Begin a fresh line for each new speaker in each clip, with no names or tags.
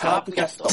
カープキャスト。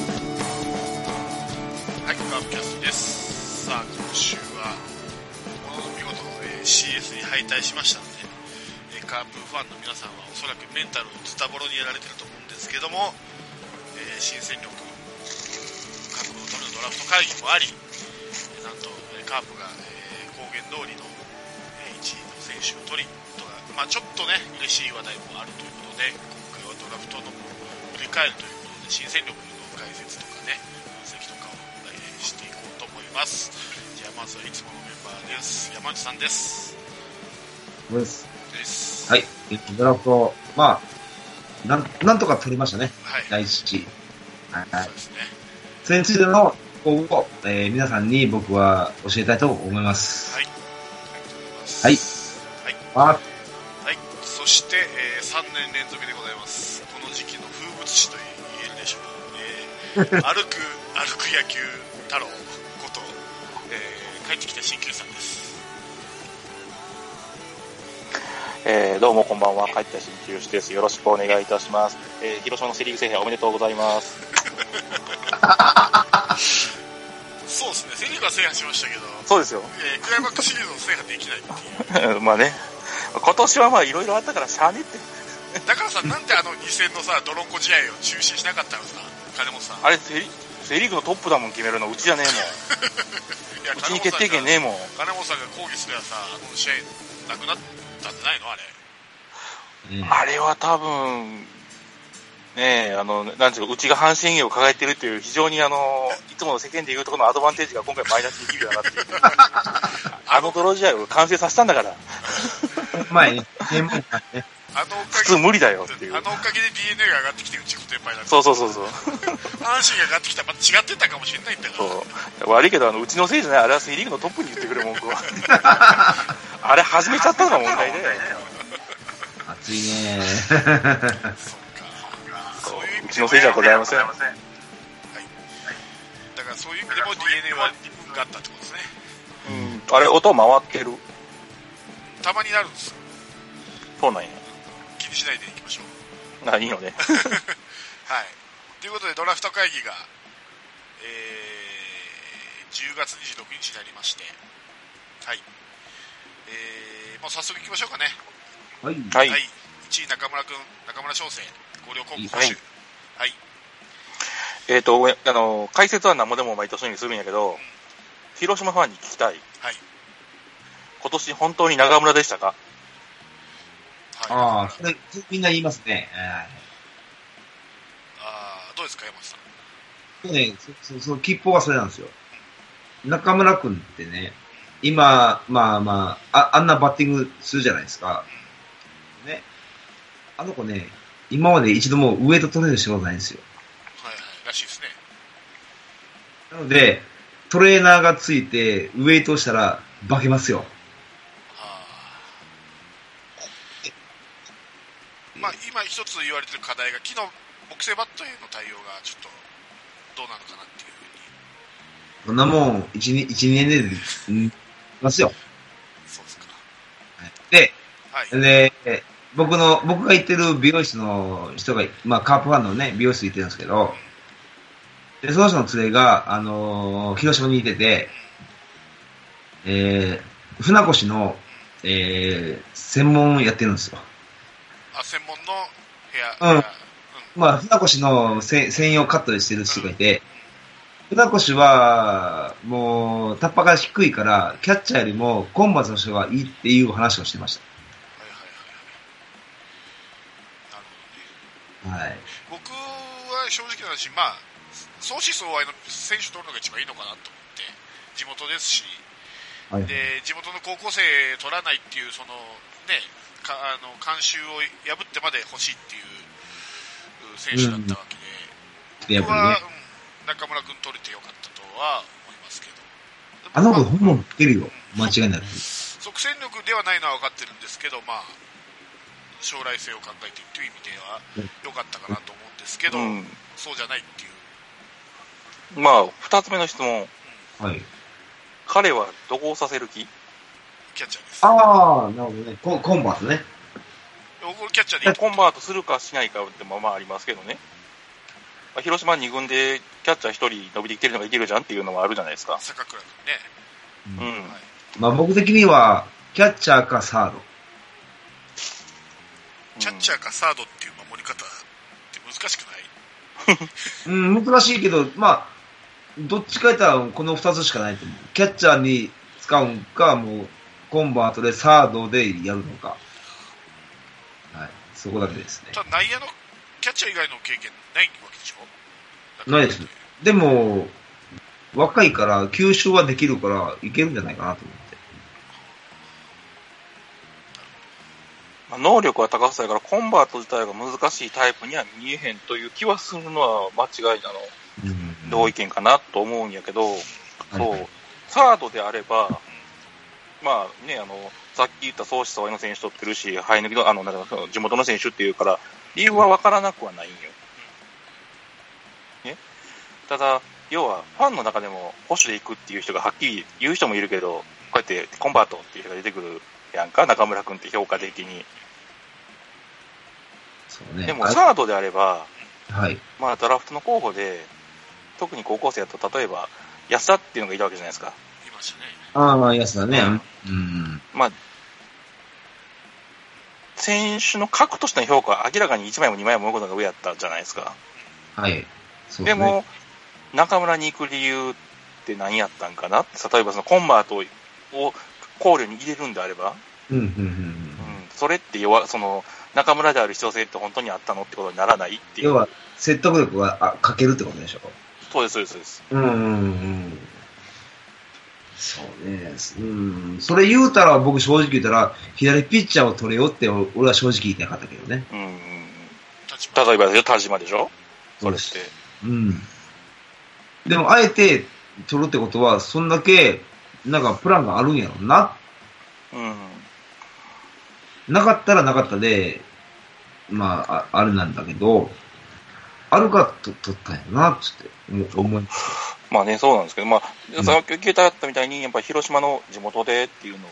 はい、カープキャストです。さあ、今週は、ものの見事、えー CS に敗退しましたので、えーカープファンの皆さんはおそらくメンタルをズタボロにやられてると思うんですけども、えー新戦力確保のためのドラフト会議もあり、えーなんと、えーカープが、えー、公言通りの、えー1位の選手を取りとか、まあ、ちょっとね、嬉しい話題もあるということで、今回はドラフトの振り返るということで、新戦力の解説とかね、分析とかを、えーしていこうと思います。じゃあ、まずはいつものメンバーです。山内さんです。
です。
です。。
はいい。えっと、ドラフト、まあ、なん、なんとか取りましたね。
はい。
第一位。は
そ。
いう
ですね。
それについての今後、えー皆さんに僕は教えたいと思います。
はい。あ
は
り
い
がとうございます。はい。
あ
はい、そして、え3年連続でございます、この時期の風物詩と言えるでしょう、 えー歩く歩く野球太郎こと、えー帰ってきた新旧さんです。
えーどうもこんばんは、帰った新旧市です。よろしくお願いいたします。えー広島のセリーグ制覇おめでとうございます。
そうですね、セ・リーグは制覇しましたけど、
そうですよ。
えークライマックスシリーズを制覇できないっていう、
まあね、今年はまあいろいろあったからしゃあねって。
だからさ、なんであの2戦のさ、ドロンコ試合を中止しなかったのさ、金本さん。
あれセリ、セリーグのトップだもん決めるの、うちじゃねえ
いや
もん。うちに決定権ねえもん。
金本さんが金本さんが抗議すればさ、あの試合、なくなったんじゃないのあれ。
うん
あれは多分、ねえ、あの、なんていうか、うちが阪神芸を抱えてるという、非常にあの、いつもの世間でいうところのアドバンテージが今回マイナスに響いたなって いう。あの泥試合を完成させたんだから、
前に、年前にね、
あのおか
普
げ
通無理だよっていう
あ。のおかげで DNA が上がってきてうちことやっぱりだ
そうそうそうそう。
阪神が上がってきたらまた違ってたかもしれないんだから
そう悪いけどあのうちのせいじゃないあれはセ・リーグのトップに言ってくる文 句はあれ始めちゃったのが問題で
熱いね
そうかそういう意
う
味
ち
で
の
は
せいじゃございません
だからそういう意味でも DNA は日本があったってことですね
うんあれ音回ってる
たまになるんですよ
そうなんや
気にしないでいきましょう
あいいよね
はいということでドラフト会議がえー、10月26日になりましてはいえー、もう早速いきましょうかね
はい。
は、
はいい、1位中村君中村翔成広陵高校
はい
選手はい
えっ、とごめんあの解説は何もでも毎年にするんやけど広島ファンに聞きたい
はい
今年本当に長村でしたか
あ
は
あ、
い
それ、みんな言いますね。
あーどうですか山下さん
えーそうね、そそうそう、切符はそれなんですよ。中村くんってね、今、まあまあ、あ、あんなバッティングするじゃないですか。ね。あの子ね、今まで一度も上とトレードしたことないんですよ。
はいはいらしいですね
なので、トレーナーがついて、ウエイトしたら、化けますよ。
あーまあ今一つ言われてる課題が木の木製バットへの対応がちょっとどうなのかなっていうふうに
こんなもん、一年、一年で、うん、ますよ。
そうですか
で、
はい
で、僕の、僕が行ってる美容室の人が、まあ、カープファンのね、美容室行ってるんですけど、で、その人の連れが、あのー広島にいてて、えー、船越の、えー、専門やってるんですよ。
あ専門の部
うん
屋、部屋
まあ、船越のせ専用カットしてる人がいて、船越は、もう、タッパが低いから、キャッチャーよりも、コンバズの人がいいっていう話をしてました。
はいはいはいはいなるほどね僕は
はい。
正直な話、まあ、相思相愛の選手取るのが一番いいのかなと思って、地元ですし、
はい。
で地元の高校生取らないっていうその、ね、かあの慣習を破ってまで欲しいっていうう選手だったわけで、
でやっ
僕は、
ぱり
う
ね、
ん、中村君取れてよかったとは思いますけど。
あの子
まあ
本物来てるよ。間違いなく。
即戦力ではないのは分かってるんですけど、まあ、将来性を考えているという意味では良かったかなと思うんですけど、
うん。
そうじゃないっていう、
まあ、二つ目の質問。
はい。
彼はどこをさせる気
キャッチャーです。
ああ、なるほどね。ココンバースね。
オールキャッチャーでいいと
コンバートするかしないかってもまあありますけどね。まあ広島2軍でキャッチャー1人伸びてきてるのがいけるじゃんっていうのはあるじゃないですか。
坂倉君ね。
う
う
ん
は
ん。
い
まあ僕的には、キャッチャーかサード。
キャッチャーかサードっていう守り方って難しくない
うん、難しいけど、まあ、どっちかやったらこの二つしかないと思う。キャッチャーに使うんか、もう、コンバートでサードでやるのか。はい。そこだけですね。
ただ内野のキャッチャー以外の経験ないわけでしょ
ないです
だか
でも、若いから、吸収はできるから、いけるんじゃないかなと思って。
まあ能力は高さやからコンバート自体が難しいタイプには見えへんという気はするのは間違いなの
うん
同意見かなと思うんやけど、
は
そ、
いう
サードであれば、まあね、あの、さっき言った相思相愛の選手取ってるし、生え抜きの、あの、なんか地元の選手っていうから、理由は分からなくはないんよ。ね。ただ、要は、ファンの中でも、保守で行くっていう人がはっきり言う人もいるけど、こうやってコンバートっていう人が出てくるやんか、中村君って評価的に。
そうね。
でも、
あ
サードであれば、
はい。
まあ、ドラフトの候補で、特に高校生だと、例えば、安田っていうのがいたわけじゃないですか。
らいましたね。
ああ、まあ、安だね。うん。
まあ、選手の核としての評価は明らかに1枚も2枚も多いことが上やったじゃないですか。
はい。そう
で
ね。
も、中村に行く理由って何やったんかな例えばそのコンバートを考慮に入れるんであれば、
うん、うん、うん
うん。それって弱、その、中村である必要性って本当にあったのってことにならないってい
要
う。
は、説得力があ欠けるってことでしょ。
そうです、そうです、そうです。
うんうんうんそうね。うん。それ言うたら、僕正直言ったら、左ピッチャーを取れよって、俺は正直言いたかったけどね。
うん。
立場
例えばですよ、田島でしょそれって。
うん。でも、あえて取るってことは、そんだけ、なんかプランがあるんやろな。
うん。
なかったらなかったで、まあ、ああれなんだけど、あるからと取ったんやろな、つって思う思います。
まあね、そうなんですけど、ま
う
あ、
ん
さっき聞いたあったみたいに、やっぱり広島の地元でっていうの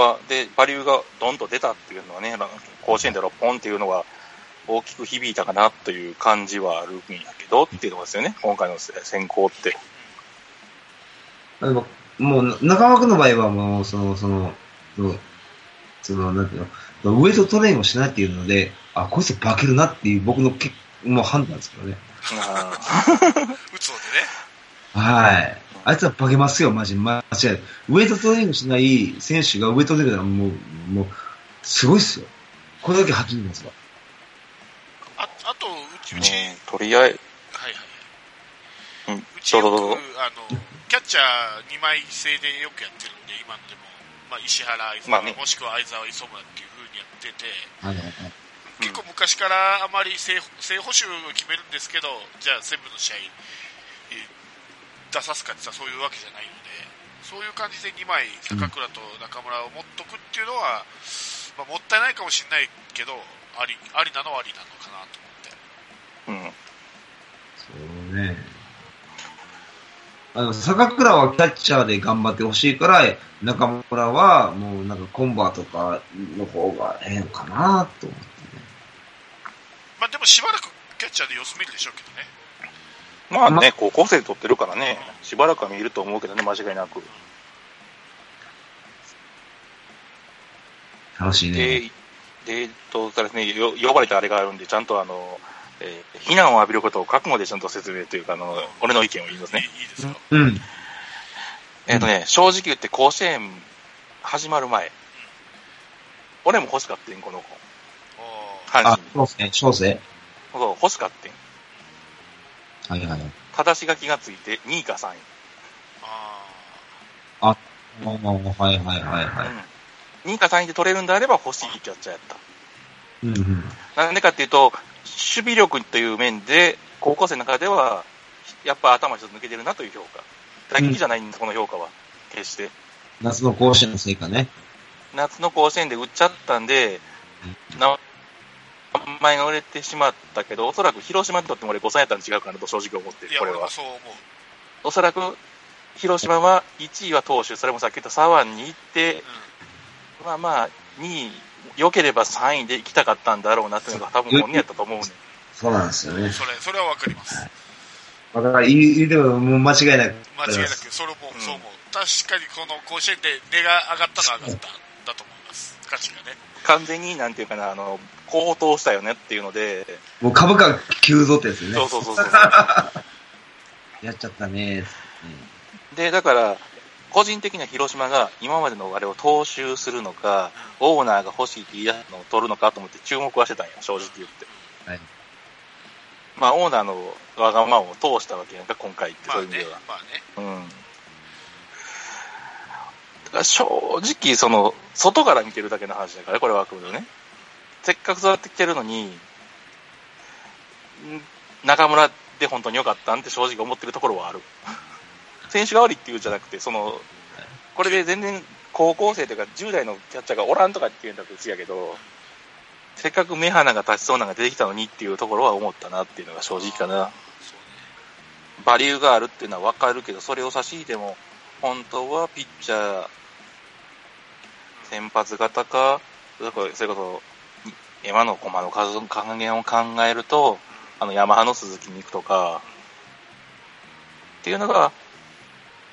は、で、バリューがどんと出たっていうのはね、ら甲子園で6本っていうのは大きく響いたかなという感じはあるんやけどっていうところですよね、今回の選考 って。
あのもう、中間君の場合はもう、その、その、その、そのなんていうの、ウエイトトレーニングをしないっていうので、あ、こいつ化けるなっていう僕のけもう判断ですけどね。
あ
打つのでね。
はい。あいつは化けますよ、マジ。間違いない。ウエイトトレーニングしない選手がウエイトトレーニングならもう、もう、すごいっすよ。これだけはっきり言いますわ。
ああと、うち、
ー
うち、
ねとりあえず、
はいはい。
うん、
うち
ど
よ
う
く
ぞどうぞ。
あのキャッチャー2枚制でよくやってるんで、今のでも、まあ、石原、相沢、
まあね
もしくは相沢、磯村っていう風にやってて、
はいはい
結構昔からあまり正正捕手を決めるんですけど、じゃあ全部の試合えー出さすかって言ったらそういうわけじゃないので、そういう感じで2枚、
うん
坂倉と中村を持っとくっていうのは、まあ、もったいないかもしれないけど、ありありなのはありなのかなと思って。
そう
うん。
ね。あの、坂倉はキャッチャーで頑張ってほしいから、中村はもうなんかコンバーとかの方がええのかなと思ってね。
まあ、でもしばらくキャッチャーで様子見るでしょうけどね。
まあ
ま
ね、高校生で取ってるからね、しばらくは見ると思うけどね、間違いなく。
楽しい
で、
ね。
でえっと、そうですね、よ呼ばれたあれがあるんで、ちゃんとあの、えー避難を浴びることを覚悟でちゃんと説明というか、あの、俺の意見を言いますね。
いいいいですよ。
うん。
えっとね、正直言って甲子園始まる前、俺も欲しかったん、この子。
おー
阪
あ
神、に。
そうですね、小生。
そう、欲しかってん。
はいはい。
ただし書きがついて2位か3位。
あ
ああはいはいはいは
うん、2位か3位で取れるんであれば欲しいキャッチャーやった。
い。うんうん。
なんでかっていうと、守備力という面で、高校生の中では、やっぱ頭一つ抜けてるなという評価。打撃じゃないんです、この評価は。決して。
夏の甲子園のせいかね。
夏の甲子園で売っちゃったんで、名前が売れてしまったけど、おそらく広島にとっても俺5歳やったん違うかなと正直思って
ー
る
い、や
これ
俺も
は。
そう思う
おそらく、広島は1位は投手、それもさっき言った左腕に行って、まあまあ、2位、良ければ3位で行きたかったんだろうなっていうのが多分本人やったと思うねん。
そうなんですよ
うん
ね。
それそれは分かります
だから、言う言うてももう間違いなく。
間違いなくそれも、
うん
そう思う確かにこの甲子園で値が上がったのは上がったんだと思います価値がね
完全に、なんていうかな、あの、高騰したよねっていうので、
もう株価急増ってやつよね。
そうそうそうそう。
やっちゃったね。うん
で、だから、個人的には広島が今までのあれを踏襲するのか、オーナーが欲しいって言い出すのを取るのかと思って注目はしてたんや、正直言って。
はい
まあ、オーナーのわがままを通したわけやんか、今回って、
まあ
そういう意味
ね
では。
まあね
うん。だから正直、その、外から見てるだけの話だから、これはあくまでね。せっかく育ってきてるのに、ん中村で本当に良かったんって正直思ってるところはある。選手代わりっていうんじゃなくて、その、これで全然高校生というか10代のキャッチャーがおらんとかっていうんだったら違うけど、せっかく目鼻が立ちそうなのが出てきたのにっていうところは思ったなっていうのが正直かな。
そうね
バリューがあるっていうのは分かるけど、それを差し引いても、本当はピッチャー、先発型か、それこそ、それこそ今の駒の数還元を考えると、あの、ヤマハの鈴木に行くとか、っていうのが、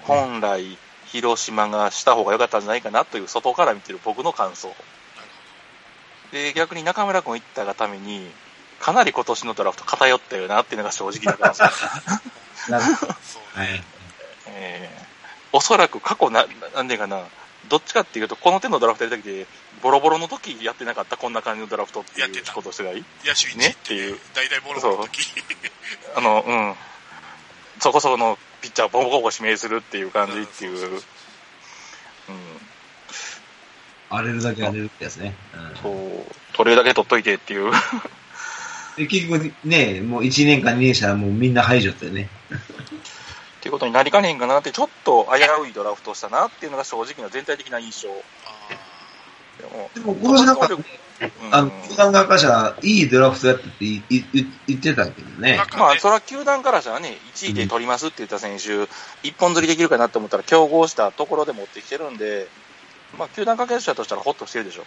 本来、広島がした方が良かったんじゃないかなという、外から見てる僕の感想。
なるほど
で、逆に中村君行ったがために、かなり今年のドラフト偏ったよなっていうのが正直な感想。
なるほど。
そう
は
ね、
い。
えーおそらく過去な、なんていうかな、どっちかっていうと、この手のドラフトやるときで、ボロボロの時やってなかった、こんな感じのドラフトってい
やって
う
た
ことしてない
野手1
ね
っ
ってて
い
いうう、
大体ボロボロの時。
あの、うん。そこそこのピッチャーをボコボコ指名するっていう感じっていう。
そううんそう。
荒れるだけ荒れるってやつね。う
そ
ん、
う。取れるだけ取っといてっていう。
で結局ね、もう1年間2年したらもうみんな排除ってね。
っていうことになりかねへんかなって、ちょっと危ういドラフトしたなっていうのが正直な全体的な印象。
あ
でも、
でも、今年なんか、
うん
あの、球団側からしたら、いいドラフトやったっていいい言ってたけど
ー
ね
な。んかね
まあ、それは球団からしたらね、1位で取りますって言った選手、一本釣りできるかなと思ったら、競合したところで持ってきてるんで、まあ、球団関係者としたらホッとしてるでしょ。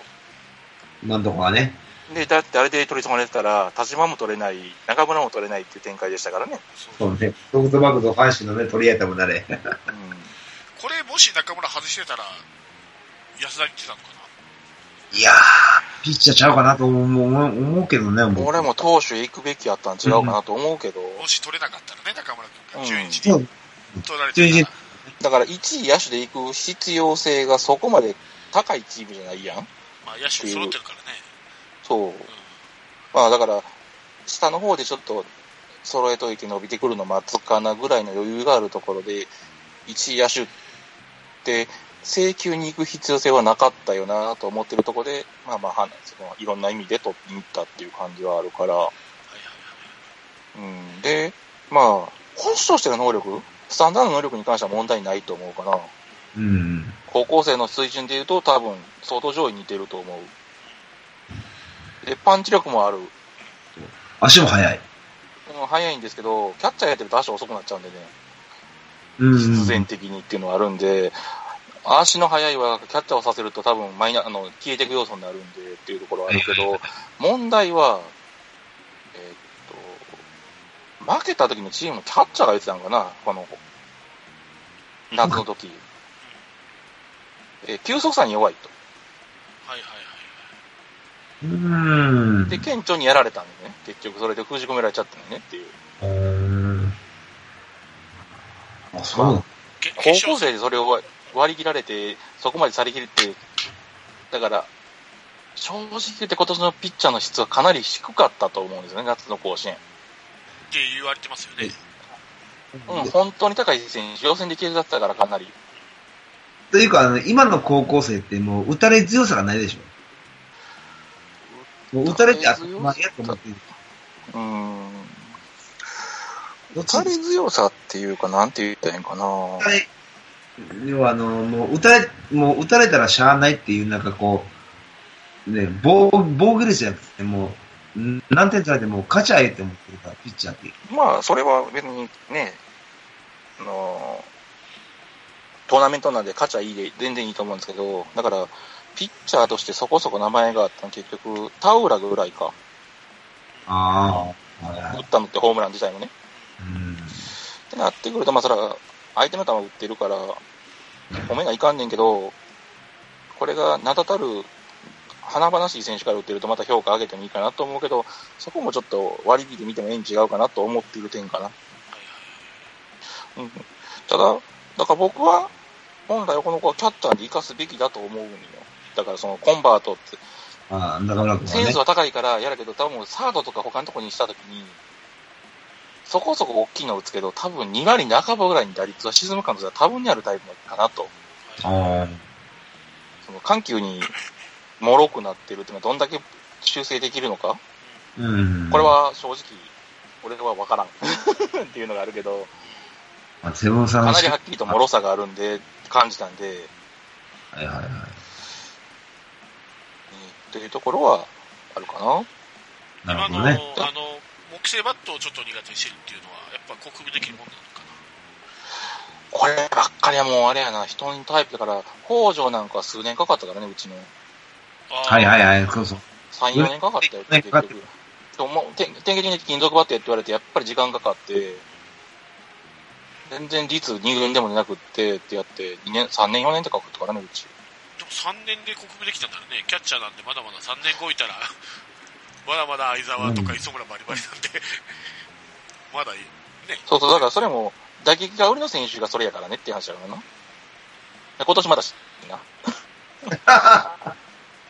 なんとかはね。
で、だってあれで取り損まれてたら、田島も取れない、中村も取れないっていう展開でしたからね。
そう
そうね。ソフトバンクと阪神のね、取り合えたもんだね。
うん、
これもし中村外してたら、安田に行ってたのか
いやー、ピッチャーちゃうかなと思う思う思うけどね、もう。
俺も投手行くべきやったん違うかなと思うけど、
な。もし取れなかったらね、中村君
う
が
ん
中日
そ
に
う
取られてたら。
だから1位野手で行く必要性がそこまで高いチームじゃないやん。
まあ、野手揃ってるからね。
そう。まあだから、下の方でちょっと揃えといて伸びてくるの待つかなぐらいの余裕があるところで、1位野手って、請求に行く必要性はなかったよなと思ってるところで、まあまあ、はそのいろんな意味で取りに行ったっていう感じはあるから、
はいは
うん、で、まあ、本手としての能力、スタンダードの能力に関しては問題ないと思うかな。
うん。
高校生の水準で言うと多分相当上位に似てると思う。で、パンチ力もある。
足も速い。
うん、早いんですけど、キャッチャーやってると足遅くなっちゃうんでね、
うん。
必然的にっていうのはあるんで、足の速いはキャッチャーをさせると多分マイナあの消えていく要素になるんでっていうところはあるけど、問題は、えーっと、負けた時のチーム、キャッチャーが言ってたのかな、この、夏の時。えー球速差に弱いと。
いはい。はいはい
うん。
で、顕著にやられたんでね、結局それで封じ込められちゃったのねっていう。
うんあ、そうなんだ
け
高
決
校
勝
生でそれを割り切られて、そこまで去り切るって、だから、正直言って今年のピッチャーの質はかなり低かったと思うんですよね、夏の甲子園。
って言われてますよね。
うん、本当に高い選手、予選で消えちゃったからかなり。
というか、あの、今の高校生ってもう打たれ強さがないでしょ。もう打たれて
打たれ強さ
頭やと思ってる。
うん。
どっち
打たれ強さっていうか、なんて言ったらいいんかな。
打たれ要はあの、もう打たれ、もう打たれたらしゃあないっていう、なんかこう、ね、防、防御率じゃなくて、もう、ん何点取られても勝ちゃえって思ってるから、ピッチャーって。
まあ、それは別にね、あの、トーナメントなんで勝ちゃいいで、全然いいと思うんですけど、だから、ピッチャーとしてそこそこ名前があったの結局、田浦ぐらいか。
ああ、はい
打
はい。
ったのってホームラン自体もね。
うん。
ってなってくると、まあ、そら、相手の球を打ってるから、褒めないかんねんけど、これが名だたる、華々しい選手から打ってると、また評価上げてもいいかなと思うけど、そこもちょっと割り切って見てもええん違うかなと思っている点かな。うん、ただ、だから僕は、本来はこの子はキャッチャーに生かすべきだと思うんよ。だからそのコンバートって、
ああ、中村君は
セン
ね
ス。は高いからやるけど、多分サードとか他のとこにしたときに、そこそこ大きいの打つけど、多分2割半ばぐらいに打率は沈む可能性は多分にあるタイプかなと。
あ
その緩急に脆くなってるっていうのはどんだけ修正できるのか、
あ、うん。
これ、は正直、俺は分からん っていうのがあるけど、
まあ、セブンさんの
かなりはっきりと脆さがあるんで、感じたんで、
はいはいはい。
というところはあるかな。
なる
今の、
ほどね。
あの、木製バットをちょっと苦手にしてるっていうのは、やっぱ克服できるもんなのかな。
こればっかりはもうあれやな、人にタイプだから、北条なんかは数年かかったからね、うちの。
あー
はいはいはい、そうそう。
3、4年かかったよ、
うん
結局。でももうて典型的に金属バットやって言われて、やっぱり時間かかって、全然率2軍でもなくって、ってやって、2年、3年、4年とかかかったからね、うち。
でも3年で克服できたんだらね、キャッチャーなんでまだまだ3年後いたら、 まだまだ相沢とか磯村バリバリなんで、 まだいい。
そうそう、だからそれも、打撃が売りの選手がそれやからねっていう話だからな。今年まだしな。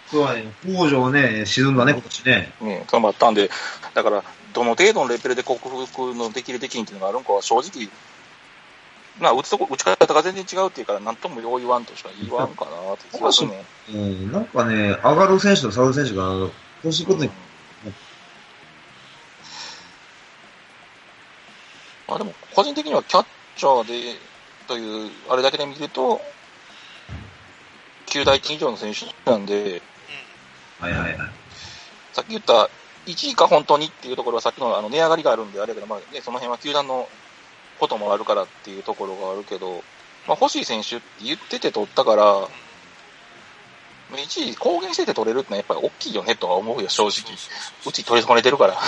そうはね、北条ね、沈んだね、今年ね。
ね、それもあったんで、だから、どの程度のレベルで克服のできるできんっていうのがあるんかは、正直、まあ、打つとこ、打ち方が全然違うっていうから、なんともよう言わんとしか言わんかなって気がするね。
うん、なんかね、上がる選手と下がる選手が、そうすることに、
まあ、でも、個人的にはキャッチャーで、という、あれだけで見ると、9大金以上の選手なんで、
はいはいはい。
さっき言った1位か本当にっていうところはさっきのあの値上がりがあるんであれやけど、まあね、その辺は球団のこともあるからっていうところがあるけど、まあ、欲しい選手って言ってて取ったから、1位公言してて取れるってのはやっぱり大きいよねとは思うよ、正直。うち取り損ねて るから。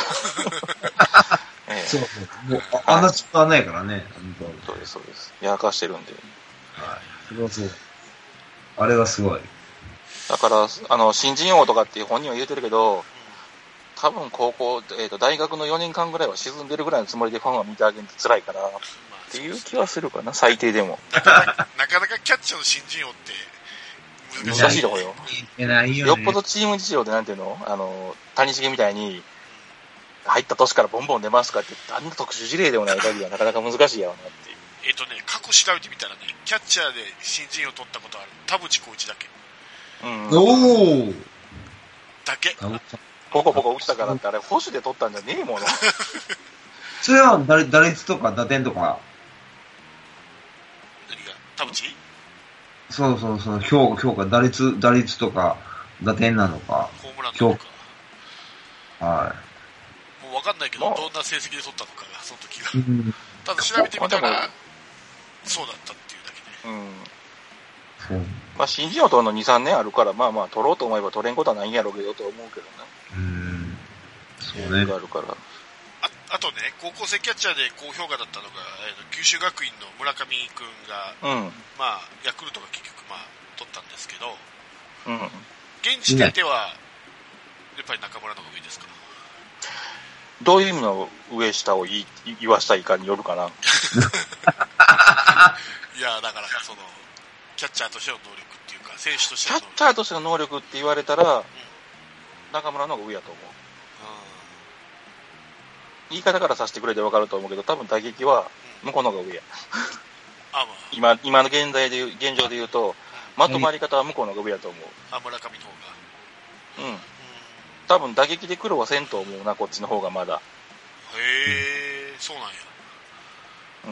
ええ
そうそう。もう、ああんな力はないからね、本
そうです、そうです。やらかしてるんで。
当はい。それはそう。あれはすごい。
だから、あの、新人王とかって本人は言うてるけど、多分高校、えっ、と、大学の4年間ぐらいは沈んでるぐらいのつもりでファンは見てあげると辛いから、っ
まあ
ていう気はするかな、最低でも。
なかなか、なかなかキャッチャーの新人王って難しい。
難しいとこよ。
いけない
よっぽどチーム事情でなんていうのあの、谷繁みたいに、入った年からボンボン出ますかって、あんな特殊事例でもない限りはなかなか難しいやろうなっていう。
えっ、とね、過去調べてみたらね、キャッチャーで新人を取ったことある。田淵光一だけ。
うん。
おお
だけ。
ポコポコ打ったからって、あれ、保守で取ったんじゃねえもの。
それは打打率とか打点とか、
何が田淵
そうそうそう、評価、評価、打率、打率とか、打点なのか。
ホームランなのか。
は
もうわかんないけど、
まあ
どんな成績で取ったのかが、その時が
い。。うん。
ただ調べてみた
まあで
ら
も、
そうだったっていうだけね。
うん。
そう。
まあ、新人を取るの2、3年あるから、まあまあ、取ろうと思えば取れんことはないんやろうけど、と思うけどね。
うん。そう
理
ね
由。があるから。
ああとね、高校生キャッチャーで高評価だったのが、えーと九州学院の村上くんが、
うん。
まあ、ヤクルトが結局、まあ、取ったんですけど、
うん。
現時点では、やっぱり中村の方がいいですか。
どういう意味の上下を言い言わしたいかによるかな。
いや、だから、その、キャッチャーとしての能力っていうか、選手とし
キ
て
ャ
の
ッ
能
チ
力。
ャーとしての能力って言われたら、中村の方が上やと思う。
うん
言い方からさせてくれて分かると思うけど、多分打撃は向こうの方が上や。
あ、ま
今、今の現在で言う、現状で言うと、まとまり方は向こうの方が上やと思
あ、あ村上の方が。
う。うん。
う
多分打撃で苦労はせんと思うな、こっちの方がまだ。
ん、へえ、そうな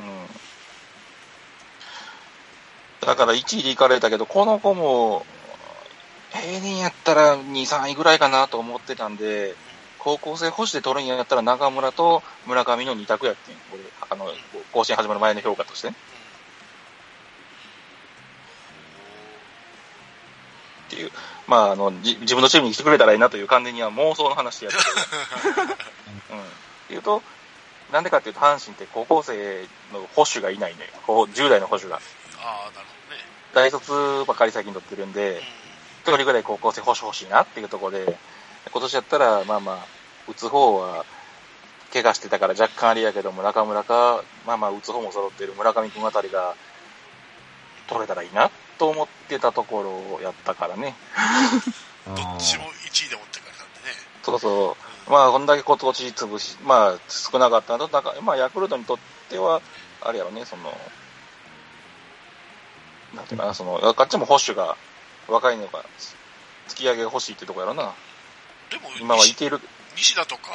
んや。
うん。だから1位で行かれたけど、この子も、平年やったら2、3位ぐらいかなと思ってたんで、高校生星で取るんやったら中村と村上の2択やってん。これ、あの、甲子園始まる前の評価としてね。っていう、まあ、あの、じ自分のチームに来てくれたらいいなという完全には妄想の話でやってる。うん。っていうと、なんでかっていうと、阪神って高校生の保守がいないね。こう10代の保守が。
ああ、なるほどね。
大卒ばかり最近取ってるんで、一人ぐらい高校生保守欲しいなっていうところで、今年やったら、まあまあ、打つ方は、怪我してたから若干ありやけども、中村か、まあまあ、打つ方も揃ってる村上君あたりが、取れたらいいなと思ってたところやったからね。
うん、どっちも1位で持ってかれたんでね。
そうそう。まあ、こんだけコツコツ潰し、まあ、少なかったのと、なんかまあ、ヤクルトにとっては、あれやろね、その、なんていうかな、その、あっちも保守が、若いのが、突き上げが欲しいってとこやろな。
でも、
今はいている、
西田とか、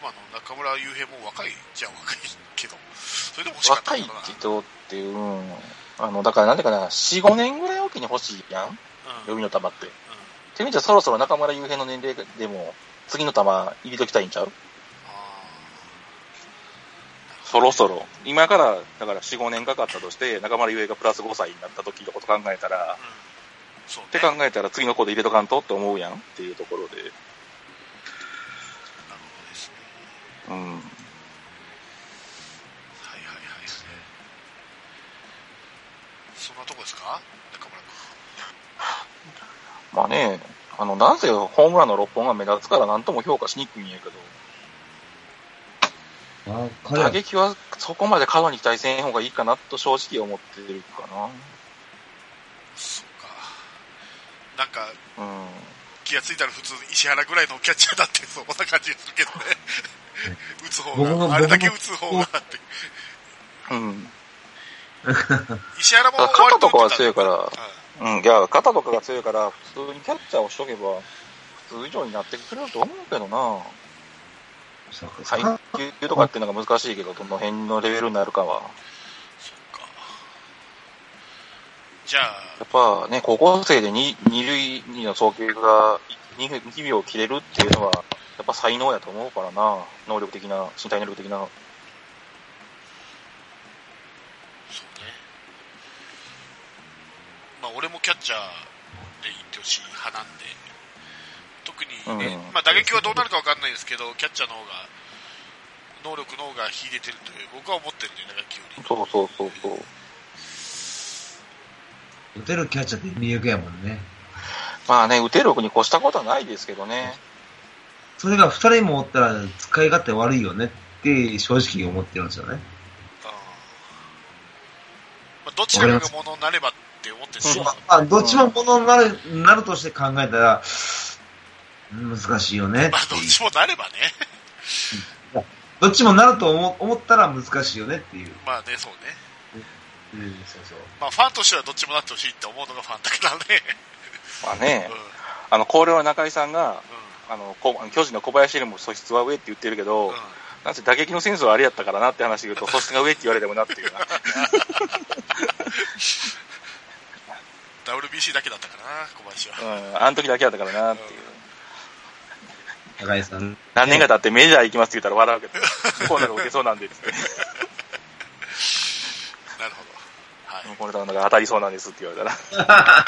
今の中村悠平も若いじゃ若いけど、それでも欲しかった
若
ん
い
だろうな。
人っていう、うんあの、だからなんていうかな、4、5年ぐらいおきに欲しいや
う
ん、
ん。
読みの玉って。っ
うん
て意味じゃ、そろそろ中村悠平の年齢でも、次の玉入れときたいんちゃうそろそろ。今から、だから4、5年かかったとして、中村悠平がプラス5歳になった時のこと考えたら、
うんそう
って
ね。
考えたら次の子で入れとかんとって思うやんっていうところで。
なるほどですね。
うん。
はいはいはい。そんなとこですか中村君。
まあね、あの、なんせホームランの6本が目立つから何とも評価しにくいんやけど、
あ彼
打
は
撃はそこまで過度に期待せん方がいいかなと正直思ってるか
そうか。なんか、
な。うん。
気がついたら普通石原ぐらいのキャッチャーだってそんな感じがするけどね。打つ方
僕も
が、あれだけ打つ方がって。
うん。
石原も
だから肩とかは
割打
強
って
いから
た、うん
うん、いや、肩とかが強いから、普通にキャッチャーをしとけば、普通以上になってくれると思うけどな。
そうか
最級とかっていうのが難しいけど、どの辺のレベルになるかは。
そっか。じゃあ、
やっぱね、高校生でに二塁にの送球が2 2秒切れるっていうのは、やっぱ才能やと思うからな。能力的な、身体能力的な。
そうね。まあ、俺もキャッチャーでいってほしい派なんで、特にね、
うん
まあ、打撃はどうなるかわかんないですけど、キャッチャーの方が、能力の方が秀でてるという、僕は思ってるんで、打撃より。
そうそうそうそう。
打てるキャッチャーって魅力やもんね。
まあね、打てる力に越したことはないですけどね。
それが二人もおったら使い勝手悪いよねって正直思ってるんですよね。
あーまあ、どちらかがものになればって思ってるんですよ
うん
まあ、どっちもものになる、なるとして考えたら、難しいよねって
まあ、どっちもなればね。
どっちもなると思思ったら難しいよねっていう。
まあね、そうね。
うん、そうそう。
まあ、ファンとしてはどっちもなってほしいって思うのがファンだからね。
まあ
う
ね
ん、、うん
あの、高齢の中井さんが、あの、こ巨人の小林よりも素質は上って言ってるけど、
うん
なんせ打撃のセンスはあれやったからなって話で言う と、素質が上って言われてもなっていうな。
WBC だけだったかな、小林は。
うん、あの時だけやったからなっていう。
高井さん。
何年か経ってメジャー行きますって言ったら笑うけど、コーナーが受けそうなんでって言って、
なるほど。はい。
コーナーが当たりそうなんですって言われたら。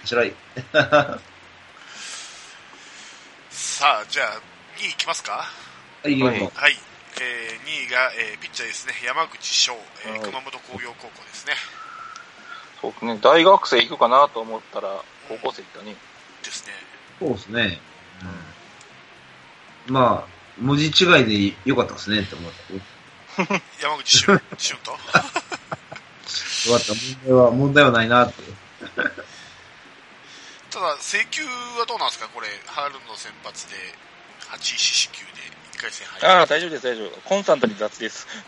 面白い。
さあ、じゃあ、2位いきますか。
はい、いよいよ
はい。えー、2位が、えーピッチャーですね。山口翔、えー
はい
熊本工業高校ですね。
そうですね、大学生行くかなと思ったら、高校生行ったね。
ですね。
そうですね。うん、まあ、文字違いでよかったですねって思った。よ
山口 俊俊と。
かった。問題は、問題はないなって。
ただ、請求はどうなんですかこれ、春の先発で、8四死球で1回回戦敗退。
ああ、大丈夫です、大丈夫。コンスタントに雑です。
コン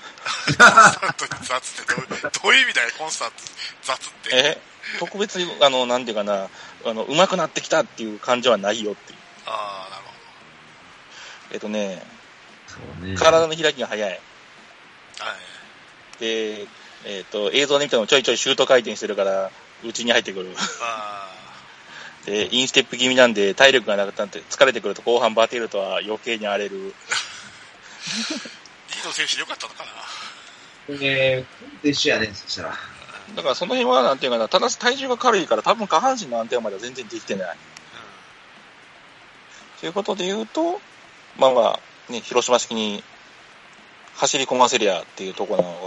スタントに雑ってどうどういう意味だよ、コンスタント雑って。
え特別に、あの、なんていうかな、あの、上手くなってきたっていう感じはないよっていう。
ああ、なるほ
えっとね、
そうね。
体の開きが早い。
ど。はい。
で、えっと、映像で見てもちょいちょいシュート回転してるから、内に入ってく る。
あ
で、インステップ気味なんで、体力がなくなって、疲れてくると後半バテるとは余計に荒れ
ー
る。
リード選手良かったのかな
えー、と一緒やね、そしたら。
だからその辺は、なんていうかな、ただし体重が軽いから、多分下半身の安定はまだ全然できてない。ということで言うと、まあまあ、ね、広島式に走り込ませりゃっていうところなのが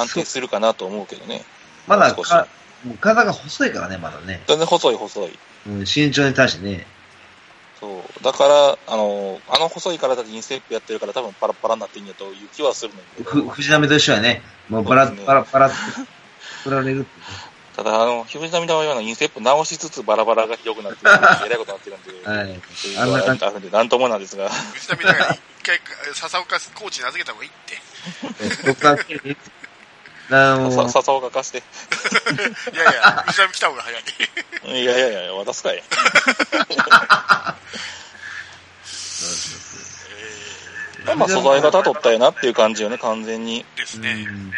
安定するかなと思うけどね。
まだ
少し
か、もう体が細いからね、まだね。
全然細い細い。
うん、身長に対してね。
そう。だから、あの、あの細い体でインステップやってるから多分パラッパラになってんやという気はするんだけ
ふ、
ど、
藤波と一緒やね。もうバラ
そうですね
バラバラって、振られるって。
ただ、あの、藤波のようなインステップ直しつつバラバラがひどくなってる えらいことになってるんで、
はい。
そういうのはあるんで、なんともなんですが、
藤波だから一回、笹岡コーチに預けた方がいいって。
僕は、あの
さ、笹岡貸して。
いやいや、藤波来た方が早い。
いやいやいや、渡すかい。まあまあ、素材型取ったよなっていう感じよね、完全に。
です
う
ね。
ん
うん。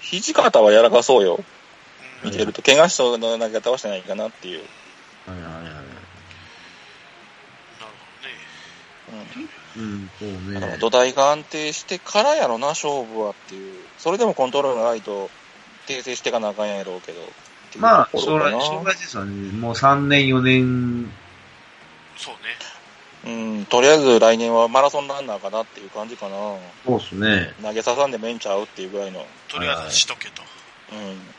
肘肩はやらかそうよ。見てると、怪我しそうな投げ方はしてないかなっていう。
はいはいはい
なる
うん、そう
うん。だから
ね。
土台が安定してからやろな、勝負はっていう。それでもコントロールがないと、訂正してかなあかんやろうけど。っていう
まあ、
とこ
将
ろか
来、
な
将来ですよね。もう3年、
ほ
4年、
どね。そうね。
うん、とりあえず来年はマラソンランナーかなっていう感じかな。
そうですね。
投げささんでもええんちゃうっていうぐらいの。
とりあえずしとけと。
うん。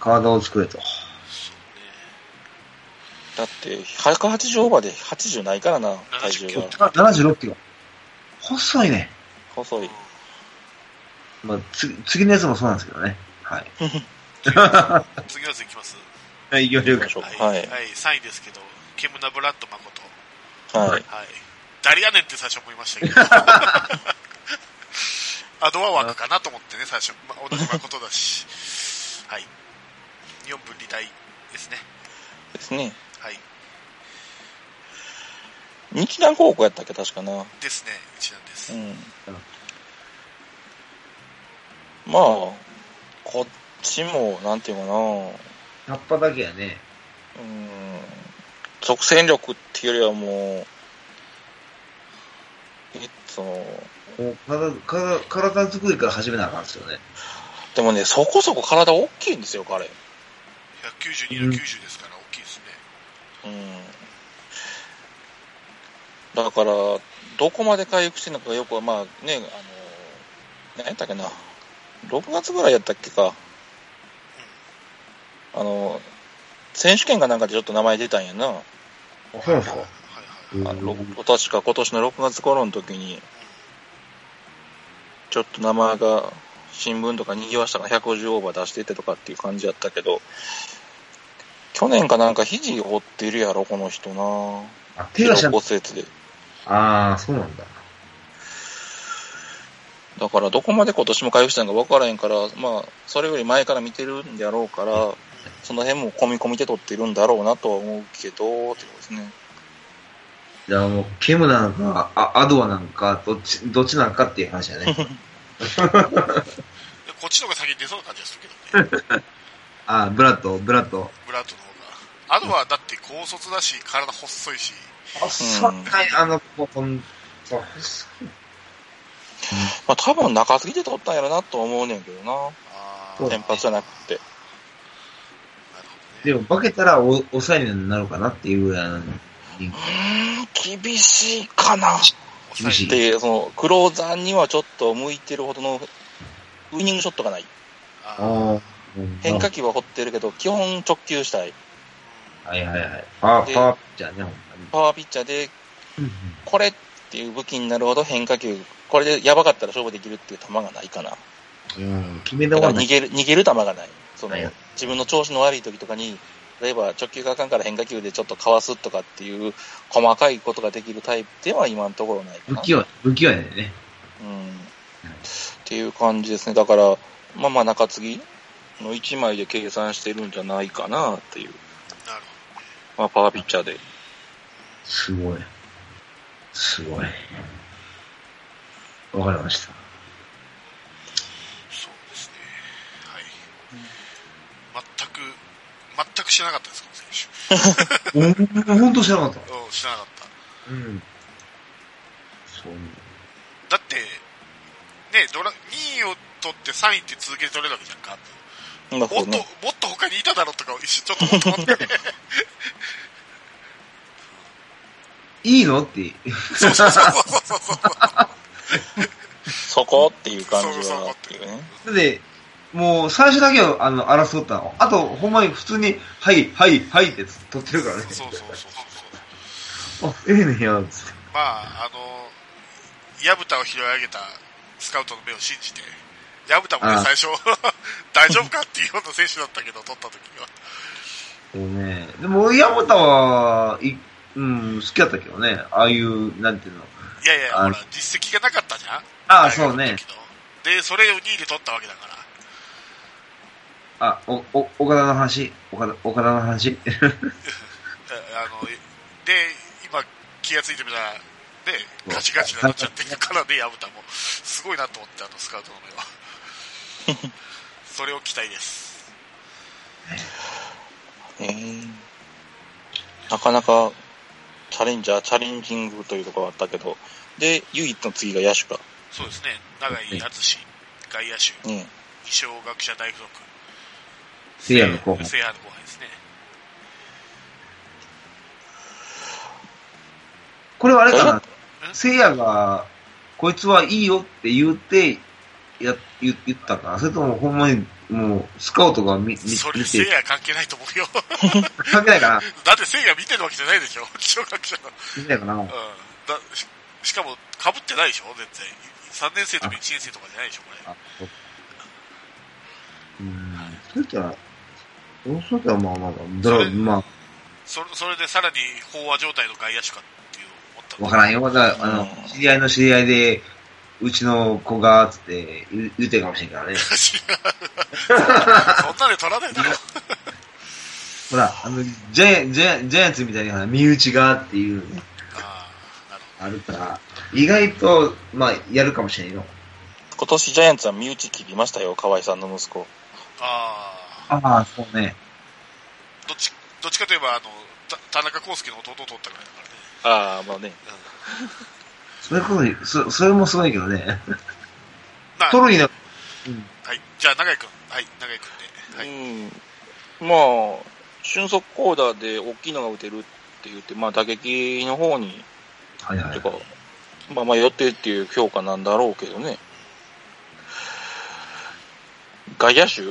体を作れと。
だって、180オーバーで80ないからな、体重
70
が。
あ76キロ。細いね。
細い。
まあ、つ次のやつもそうなんですけどね。はい。
次のやついきます。
はい、よりよ
行きましょう。
は。
はいい。
はい、3位ですけど、ケムナブラッド誠。
はい。
はい。誰やねんって最初思いましたけど。アドアワークかなと思ってね、最初。まあ、同じ誠だし。はい。4分離隊ですね。
ですね。
はい。
日南高校やったっけ、確かな。う
ですね、一覧です。
ん。まあ、こっちも、なんていうかな、うん、
葉っぱだけやね。
即戦力っていうよりはもう、えっと、
もう体、体、体作りから始めなあかんですよね。
でもね、そこそこ体大きいんですよ、彼。
192の90ですから、大きいですね。
うん。だから、どこまで回復してるのかよくは、まあね、あの、何やったっけな、6月ぐらいやったっけか、あの、選手権かなんかでちょっと名前出たんやな。
あそうなんです
はいはいはい。
あの
か
ろ確か今年の6月頃の時に、ちょっと名前が新聞とか賑わしたから150オーバー出しててとかっていう感じやったけど、去年かなんか肘折ってるやろ、この人な。
あ、手
手
が
の
しゃ
骨折で。
ああ、そうなんだ。
だからどこまで今年も回復したのか分からへんから、まあ、それより前から見てるんやろうから、その辺も込み込みで取ってるんだろうなとは思うけど、ってことですね。
じゃあもう、ケムなのか、あアドアなのか、どっち、どっちなのかっていう話だ ね。
でこっちの方が先に出そうな感じがするけどね。
ああ、ブラッド、ブラッド。
ブラッドの方が。アドはだって高卒だし、体細いし。
細
うん
い、あの子、ほんと、細い。
まあ、多分中継ぎで取ったんやろなと思うねんけどな。
あー
そうだ
先発じゃなくて。
なるほどね
でも、化けたらお抑えになるかなっていうぐらいの人
うーん、厳しいかな。
抑え
厳しい
で、その、クローザーにはちょっと向いてるほどの、ウイニングショットがない。
あー
ああ、うん
変化球は掘ってるけど、基本直球したい。
はいはいはい。パー、
で
パーじゃね、ほん
パワーピッチャーで、
まに。
これっていう武器になるほど変化球、これでやばかったら勝負できるっていう球がないかな。
うん、決めた
だ
方
か
がない
ら逃。げる、逃げる球がない。その
はい、
自分の調子の悪い時とかに、例えば直球があかんから変化球でちょっとかわすとかっていう細かいことができるタイプでは今のところないか
不
な。
器用、不器用だよね。
うんっていう感じですね。だから、まあまあ中継ぎの1枚で計算してるんじゃないかなっていう。
なる
まあパワーピッチャーで。
すごい。すごい。わかりました。
ほど。そうですね。はい。全く、全く知らなかったです、この選
ほん、ほんと知らなかっ
手。うん、知らなかった。
た。うん。そう。
だって、ね、ドラ、2位を取って3位って続けて取れるわけじゃんか。
まあ
も
こ
っ
う
と、も
ね
っと他にいただろうとか、一瞬ちょっと思って。
いいのって。
そうそうそうそうそう。
そこっていう感じ
そうそう
はっていうね。
だって、もう最初だけをあの争ったの。あと、ほんまに普通に、はい、はい、はいって取ってるからね。
そうそうそうそうそう。
あ、ええねや、つって。
まあ、あの、矢蓋を拾い上げたスカウトの目を信じて、矢蓋もね
あ、あ
最初、 大丈夫かっていうような選手だったけど、取った時には。
そうね。でも、矢本は、い、うん、好きだったけどね。ああいう、なんていうの。
いやいや、
あ
ほら、実績がなかったじゃん
ああ、そう
大学の
ね。。
時ので、それを2位で取ったわけだから。
あ、お、お、岡田の話。岡田、岡田の話。
えあの、で、今、気がついてみたら、ね、
そう
ガチガチになっちゃってるからね、矢蓋も。すごいなと思って、あの、スカウトの目は。 それを期待です。
えーなかなかチャレンジャー、チャレンジングというところがあったけど、で、唯一の次が野手か。
そうですね、長井敦史、外野手、
ね。
二小学者大附属。
せいやの後輩。
聖夜の後輩ですね。
これはあれか
う
な。せいやが、こいつはいいよって言って、や、言言ったか。それとも、ほんまに、もう、スカウトが見、見
それ
見
聖
て、
夜関係ないと思うよ。
関係ないかな。
だって聖夜見てるわけじゃないでしょ、 小学者の。
関係ないかな。
うん。だししかも、被ってないでしょ、全然。3年生とか1年生とかじゃないでしょ、これ。
あ、そっか。うーん。そういったら、そういったらまあまあまあ、ド
そ
ラ
れ
ま
それそれでさらに飽和状態の外野手かっていう思った
あ、わか ら
ん
んよ。まだ、あ
う
の、
ん
知り合いの知り合いで、うちの子が、つって言う、言うてるかもしれんからね。
だしそんなで取らない だろ。
ほら、あの、ジャイアンジャイアンジャイアンツみたいにほら、身内がっていうね、
ああ、なる
あるから、意外と、まあ、やるかもしれんよ。
今年ジャイアンツは身内切りましたよ、河合さんの息子。
ほど。ああ、
ああ、そうね。
どっち、どっちかといえば、あの、た田中康介の弟を取ったぐらいだからね。
ああ、まあね。
それこそ、そそれもすごいけどね。
まあ
トロイの、
はい。じゃあ、長井くん。はい、長井くんで。はい。
うん、まあ、俊足コーダーで大きいのが打てるって言って、まあ打撃の方に、
はいは
て
い。
か、まあまあ寄ってっていう評価なんだろうけどね。外野手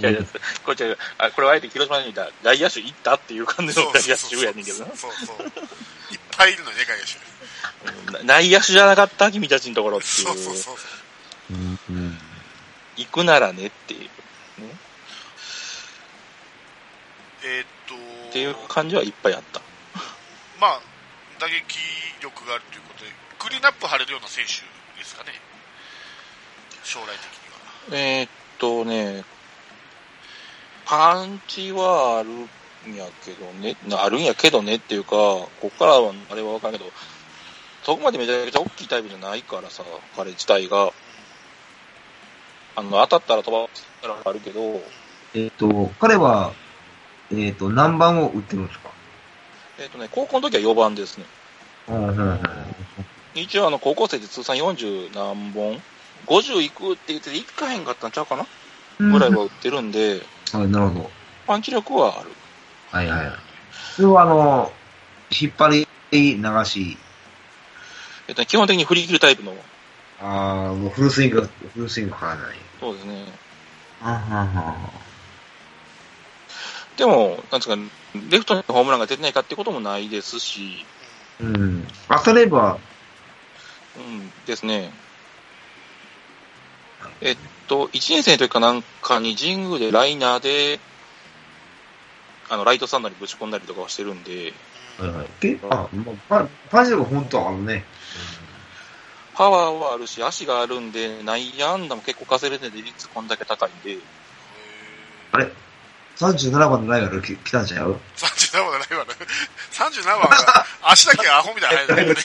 外野手こっちはあこれはあえて広島にいた外野手行ったっていう感じの外野手やねんけどな。
そうそう。いっぱいいるのね、外野手。
うん内野手じゃなかった君たちのところっていう。
そうそうそう。
うんうん
行くならねっていう。
えーっと、
っていう感じはいっぱいあった。
まあ、打撃力があるということで、クリーンアップ張れるような選手ですかね。将来的には。
えーっとね、パンチはあるんやけどね、なあるんやけどねっていうか、こっからはあれはわかんないけど、そこまでめちゃくちゃ大きいタイプじゃないからさ、彼自体が。あの、当たったら飛ばしたらあるけど、
えっと、彼は、えっと、何番を打ってるんですか
えーっとね、高校の時は4番ですね。
うんうんうん。
一応あの、高校生で通算40何本 ?50 いくって言ってて、いかへんかったんちゃうかなぐらいは打ってるんで、
はい、なるほど。
パンチ力はある。
はいはい。それはあの、引っ張り、流し。
えっとね、基本的に振り切るタイプの、
ああ、もうフルスイング、フルスイングからない。
そうですね。
あはは
でも、なんつうか、レフトにホームランが出てないかってこともないですし、
うん。当たれば、
うん、ですね。えっと、1年生の時かなんかに神宮でライナーで、あのライトスタンドにぶち込んだりとかはしてるんで、
はいはい。で、あ、まあ、パパジェロ本当はあのね、
パワーはあるし、足があるんで、内野安打も結構稼いでて、率こんだけ高いんで、
あれ ?37 番のライバルき来たんちゃう
37番がライバル。37番 が、足だけアホみたいなライ バルね。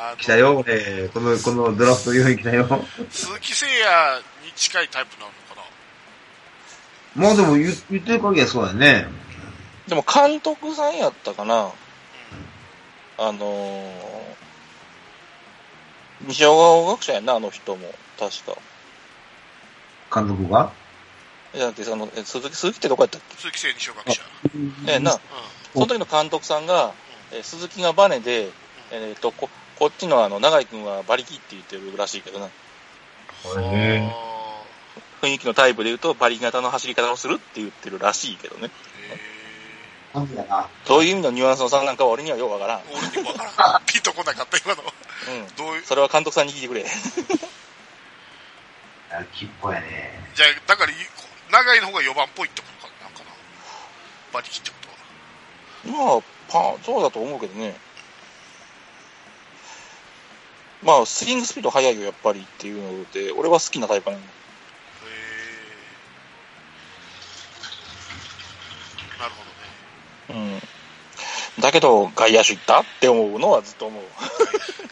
あの
来たよ、俺。この、このドラフト4位来たよ。
鈴木誠也に近いタイプなのかな
まあでも言言ってる限りはそうだよね。
でも監督さんやったかな、あのー、西尾川学者やんな、あの人も、確か。
監督が。
じゃなくて、そのえ鈴木鈴木ってどこやったっ
鈴木誠也に昇格者。
け、えな、
う
その時の監督さんが、え鈴木がバネで、えっとここっちのあの永井君は馬力って言ってるらしいけどな、
うん
ん。
へ
あ
ー
雰囲気のタイプで言うと、馬力型の走り方をするって言ってるらしいけどね、
ーへ
なんだな。
そういう意味のニュアンスの差なんかは俺にはようわからん。
ー俺にもわからん。ピンとこなかった、今の。
うん
どういう、
それは監督さんに聞いてく れ。
あきっぽやね。
じゃあ、だから、い長井の方が4番っぽいってことかなんかな。馬力ってことは。
まあ、パン、そうだと思うけどね。まあ、スイングスピード速いよ、やっぱりっていうので、俺は好きなタイプなの。
へーなるほどね。
うん。だけど、外野手行ったって思うのはずっと思う。
外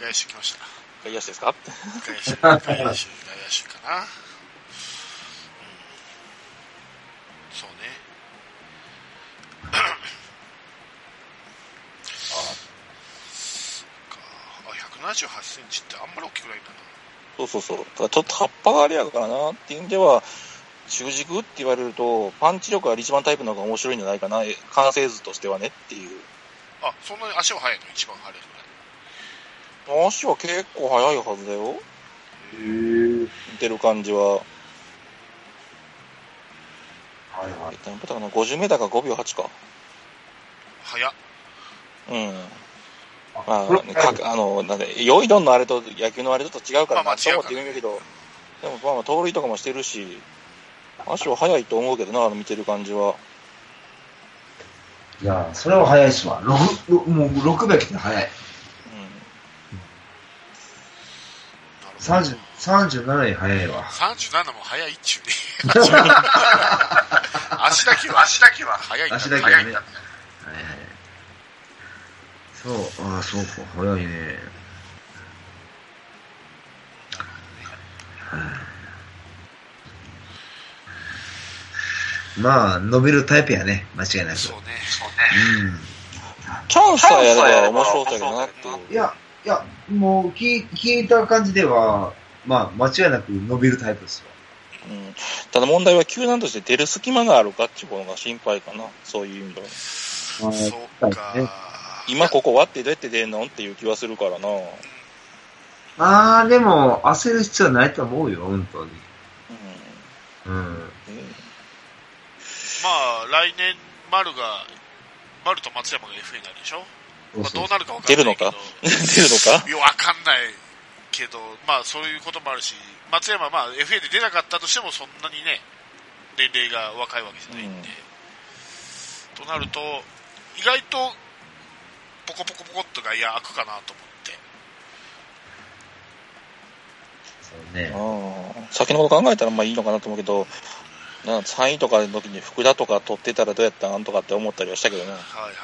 野手来ました。
外野手ですかって。
外野手、外野手、外野手かな。うんそうね。 あ、あ178センチってあんまり大きくないんだな。
そうそうそう。ただちょっと葉っぱがあれやからなっていうんでは、中軸って言われると、パンチ力が一番タイプの方が面白いんじゃないかな、完成図としてはねっていう。
あ、そんなに足は速いの一番速いのね。
足は結構速いはずだよ。
へぇ
見てる感じは。
はいは
え。何分だかな ?50 メーターか5秒8か。
速っ。
うん。
あ
ま
こ
あ、
れ
かあの、なんで、用意どんのあれと野球のあれだと違うから
まあまあ
なと思
違う
って
から
言うんだけど、でも、まあまあ、盗塁とかもしてるし、足は速いと思うけどな、あの見てる感じは。
いや、それは早いっすわ。六六もう6秒来て早い。
なるほど
30 37位早いわ。
37も速いっ ちゅうね。足だけは、足だけは速いんだ。
足だけはね
速いんだ。
はいはいそう、ああ、そうか、早いね。はいまあ、伸びるタイプやね、間違いなく。
そうね。そうね。
うん。チャンスさえやれば面白そうだけどなっていう
うん、い。や、いや、もう聞い聞いた感じでは、まあ、間違いなく伸びるタイプですよ。
うん。ただ問題は球団として出る隙間があるかっていうことが心配かな。そういう意味では。
そっか
ね。
今ここ割ってどうやって出んのっていう気はするからな。うん。
ああ、でも、焦る必要はないと思うよ、本当に。うん。
まあ、来年、丸が、丸と松山が FA になるでしょ
そう
まあ、
そ
ど
う
うなるかわかんないけど。
出るのか出るのか
いや、わかんないけど、まあ、そういうこともあるし、松山はまあ、FA で出なかったとしても、そんなにね、年齢が若いわけじゃないんで。となると、意外と、ポコポコポコっと外野開くかなと思って。
そうね。
うん先のこと考えたらまあいいのかなと思うけど、な3位とかの時に福田とか取ってたらどうやったなんとかって思ったりはしたけどね、
はいはいはいはい。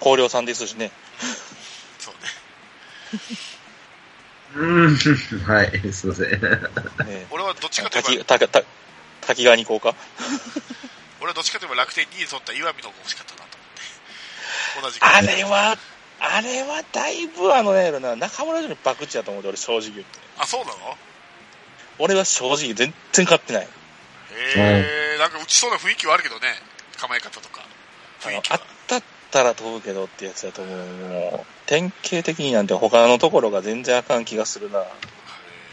広陵さんですしね、
そうね。
うん、 はい、すいません。
ね
俺はどっちかといえば、
滝滝滝滝川に行こうか、
俺はどっちかといえば楽天2位取った岩見の方が欲しかったなと思って。同じく
あれは、あれはだいぶ、あのね、な中村より博打だと思うで、俺、正直言って、
あ、そうなの
俺は正直、全然勝ってない、
へえ、なんか打ちそうな雰囲気はあるけどね。構え方とか。
あ
雰囲
の
気
あ
は
っ。たったら飛ぶけどってやつだと思う、もう典型的になんて、他のところが全然あかん気がするな。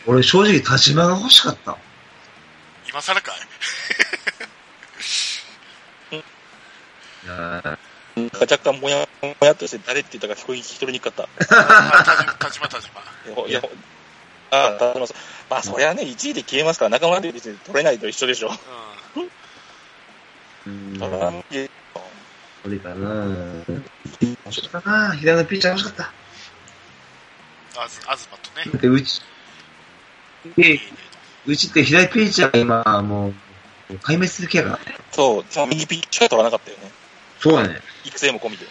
俺正直立ち間が欲しかった。
今更 かい。
若干もやもやっとして誰って言ったか聞こえ聞き取りにくかった。
あ田島、田島、田島。
いや、いやあ、田島さん。まあ、そりゃね、1位で消えますから、中村で別に取れないと一緒でしょ。
う
うん。
だから、う
どれかな面白かったな左のピッチャー面白かっ
ん。あず、あずまと
た。
ね
だっ。て、うち、
いい
で
ね。
うちって左ピッチャーが今、もう、壊滅する気やからね。
そう、じゃあ右ピッチャー取らなかったよね。
そうだね。
育成も込みで。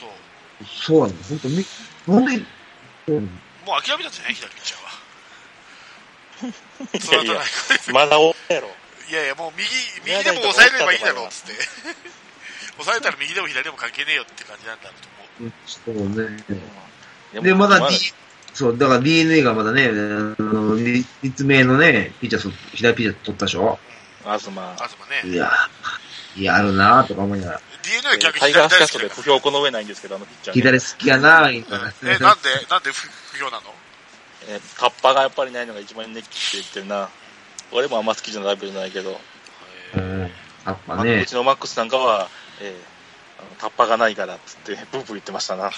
そう。
そうだね。本当に、本当に、うん
もう諦めたんじゃない左ピッチャーは。
い
それ
や
はい取
や
らない、
まだおったやろ。
いやいや、もう右、右でも抑えればいいだろうっつって。抑えたら右でも左でも関係ねえよって感じなんだろうと思う。
そうね。
いや
で、まだ、
ま
D、そう、だから DNA がまだね、あの、立立命のね、ピッチャーそ、左ピッチャー取ったでしょ
あずま
あずまね。
いやー、やるなーとか思いながら、
DNA は逆に
タイガースキャスト
だ
で
か
不評この上ないんですけど、あのピッチャーね、
左好きやなーみたい
ら
な。
え、なんで、なんで不不評なの
えーカッパがやっぱりないのが一番ネッキって言ってるな。俺もあんま好きじゃない部じゃないけど、
えー
うんやっぱ
う
ね
ち、のマックスなんかは、えーあのタッパがないからっつって、ブーブー言ってましたな。
やっ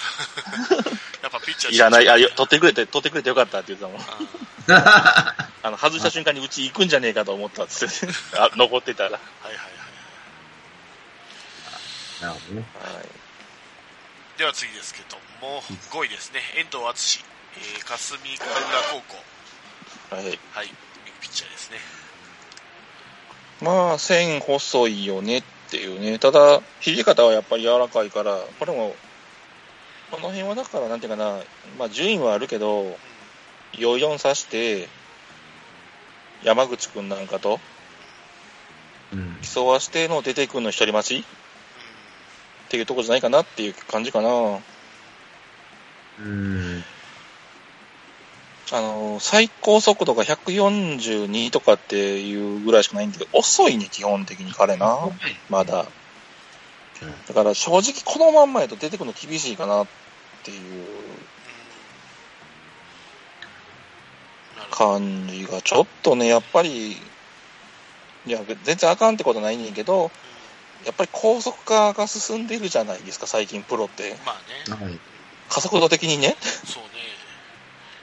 ぱピッチャー
いらない、あ、よ取ってくれて、取ってくれてよかったって言ってたもん。
うん
あの、外した瞬間にうち行くんじゃねえかと思ったっつって、 あ残ってたら。は
はいはいはい。
なるほどね。
では次ですけども、5位ですね。遠藤淳、えー、霞ヶ浦高校。
い。はい、
はい。ピッチャーですね。
まあ、線細いよねっていうね。ただ、肘方はやっぱり柔らかいから、これも、この辺はだから、なんていうかな、まあ、順位はあるけど、44刺して、山口くんなんかと
うん。
競わしての出てくんの一人待ちっていうとこじゃないかなっていう感じかな。
うん。
あの、最高速度が142とかっていうぐらいしかないんだけど、遅いね、基本的に彼な。まだ。だから正直このまんまやと出てくるの厳しいかなっていう
なるほど。
感じが、ちょっとね、やっぱり、いや、全然あかんってことないねんけど、やっぱり高速化が進んでるじゃないですか、最近プロって。
まあね、
はい。
加速度的にね。
そうね。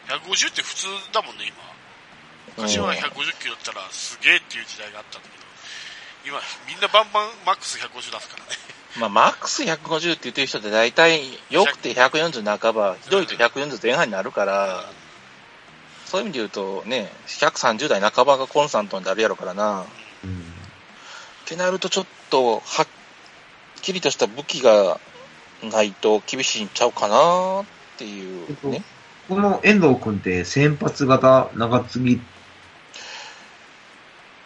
150って普通だもんね、今。昔は150キロだったらすげえっていう時代があったんだけど、今、みんなバンバンマックス150出すからね。
まあ、マックス150って言ってる人って大体、良くて140半ば、ひどいと140前半になるから、そういう意味で言うとね、130代半ばがコンスタントになるやろからな。っ
うん。
てなるとちょっと、はっきりとした武器がないと厳しいんちゃうかなっていうね。
この遠藤君って先発型長継ぎ、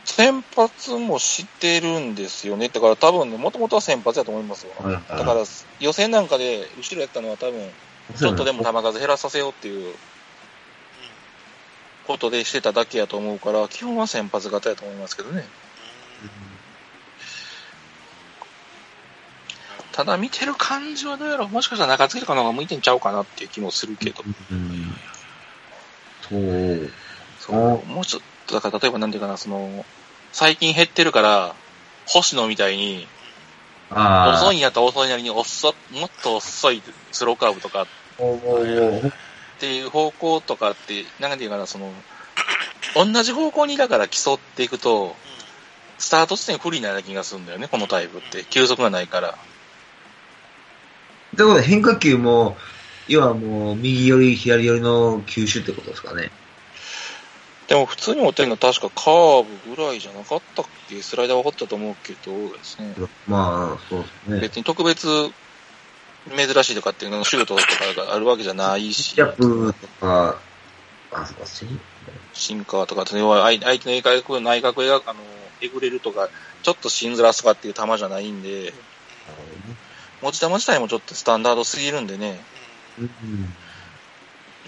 先発もしてるんですよね。だから多分ね、もともとは先発だと思いますよ。
だ
だから予選なんかで後ろやったのは多分、ちょっとでも球数減らさせようっていうことでしてただけやと思うから、基本は先発型やと思いますけどね。ただ見てる感じはどうやら、もしかしたら中継ぎとかの方が向いてんちゃうかなっていう気もするけど、
うん。そう。
そうもうちょっと、だから例えばなんていうかな、その、最近減ってるから、星野みたいに、遅
ああ。
いんやったら遅いなりに、おっそもっと遅いスローカーブとかっ
おー
ていう方向とかって、なんていうかな、その、同じ方向にだから競っていくと、スタート地点不利なような気がするんだよね、このタイプって。急速がないから。
ということで変化球も、要はもう右寄り、左寄りの球種ってことですかね。
でも普通に持ってるのは確かカーブぐらいじゃなかったっけスライダーは掘ったと思うけどですね。
まあ、そうですね。
別に特別珍しいとかっていうのシュートとかがあるわけじゃないし
ジ、ャップとか、あ、そうか、せん
シンカーとか、要は相相手の内角、内角が、あの、えぐれるとか、ちょっと芯ずらすとかっていう球じゃないんで、持ち球自体もちょっとスタンダードすぎるんでね、
うん。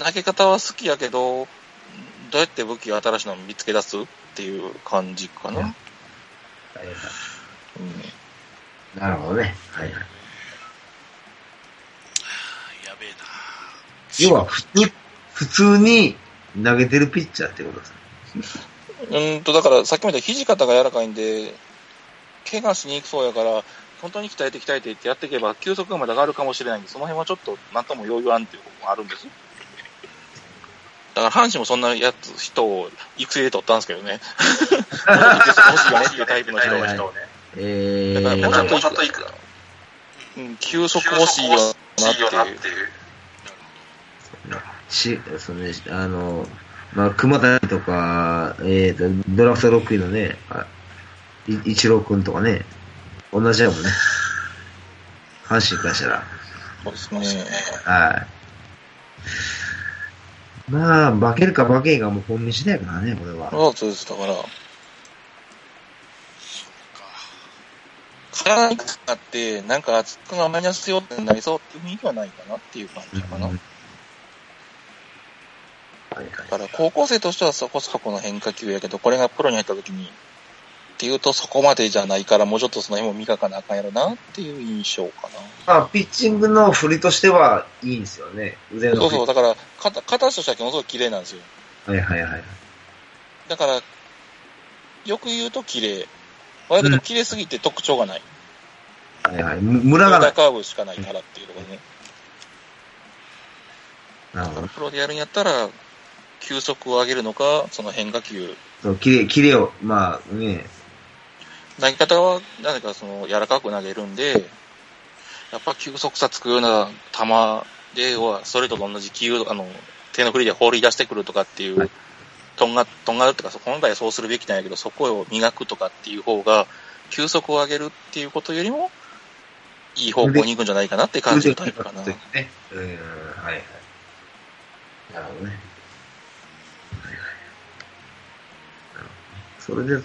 投げ方は好きやけど、どうやって武器を新しいのを見つけ出すっていう感じかな。うん
なるほどね。はいはい。
やべえな
要は、普通、普通に投げてるピッチャーってことですね。
うーんと、だからさっきも言った肘肩が柔らかいんで、怪我しにくそうやから、本当に鍛えて鍛えてってやっていけば、球速がまだ上がるかもしれないんで、その辺はちょっと、なんとも余裕あんっていうところもあるんです。から阪神もそんなやつ、人を育成で取ったんですけど ね。戻ってきてほしいよねっていうタイプの人
はい
が
はい
人をね。
え
だから
ー、
もうちょっと行くうん、休息欲しいよなっていう。
し、そのね、あの、まあ、熊谷とか、えっ、ー、と、ドラフト6位のね、あい一郎くんとかね、同じやもんね。阪神からしたら。
そうですね。
はい。まあ、化けるか化けへんかもう本命次第からね、これは。
そうです。だから、
か
体にあって、なんか熱くがマイナス要素になりそうっていう雰囲気はないかなっていう感じかな。
うん
だから高校生としてはそこそこの変化球やけど、これがプロに入った時に、っていうとそこまでじゃないから、もうちょっとその辺も磨かなあかんやろなっていう印象かな。
まあ、ピッチングの振りとしてはいいんですよね。腕
そ
の
う
振
そう、
り。
だから、形形としてはものすごい綺麗なんですよ。
はいはいはい。
だから、よく言うと綺麗。悪く言うと綺麗すぎて特徴がない。
はいはい。むムラが
だか
ない。
カーブしかないからっていうところね。
なるほ
だか
ど
らプロでやるんやったら、球速を上げるのか、その変化球、
そう。キレ、キレを、まあね、
投げ方は、なぜかその柔らかく投げるんで、やっぱ球速差つくような球で、要はストレートと同じ球、あの、手の振りで放り出してくるとかってい
は
う
い、
とんが、とんがるとか、そう本来はそうするべきなんやけど、そこを磨くとかっていう方が、球速を上げるっていうことよりも、いい方向に行くんじゃないかなって感じるタイプかな。
腕がね。うん、はいはい。なるほどね。はいはいなるほどねそれで取っ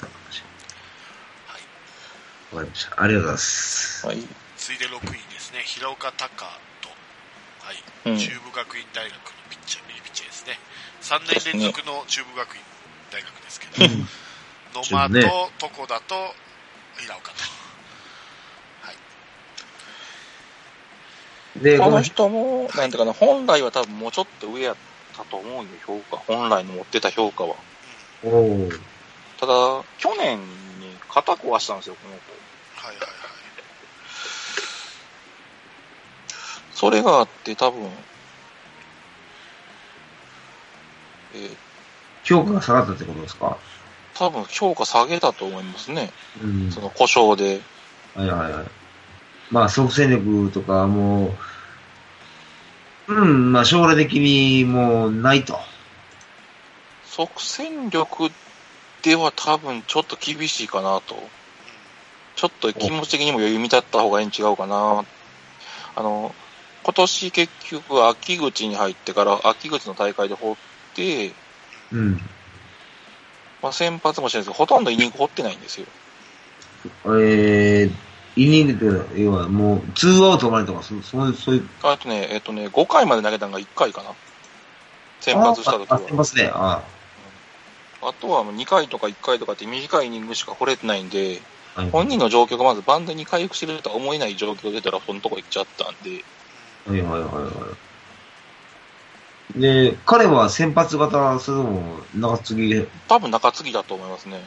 たのかもしれない。わかりました。ありがとうございます。
はい。
ついで6位ですね平岡隆人はい、
うん
中部学院大学のピッチャー、ミリピッチャーですね。3年連続の中部学院大学ですけど、野間
中部ね
と床田と平岡と。はい。
で、
こ
こ
の
の
人も、なんていうかな、本来は多分もうちょっと上やったと思うんよ、評価。本来の持ってた評価は。
おおー
ただ、去年に肩壊したんですよ、この子。
はいはいはい。
それがあって、多分、えー
評価が下がったってことですか
多分評価下げたと思いますね。
うん。
その故障で。
はいはいはい。まあ、即戦力とかもう、うん、まあ、将来的にもうないと。
即戦力では多分ちょっと厳しいかなと。ちょっと気持ち的にも余裕見たった方がいいに違うかな。あの、今年結局秋口に入ってから秋口の大会で放って、
うん。
まあ、先発もしてないんですけど、ほとんどイニング放ってないんですよ。
えー、イニングというのは、要はもう、ツーアウトまでとか、そそういう、そういう、
あとね、えっとね、5回まで投げたのが1回かな。先発した時
ああ先
は。
発ね。あ
あとはもう2回とか1回とかって短いイニングしか掘れてないんで、
あ。はい
本人の状況がまずバンドに回復してるとは思えない状況でドラフトのとこ行っちゃったんで、
はいはいはいはい。で、彼は先発型、それとも中継ぎで、
多分中継ぎだと思いますね。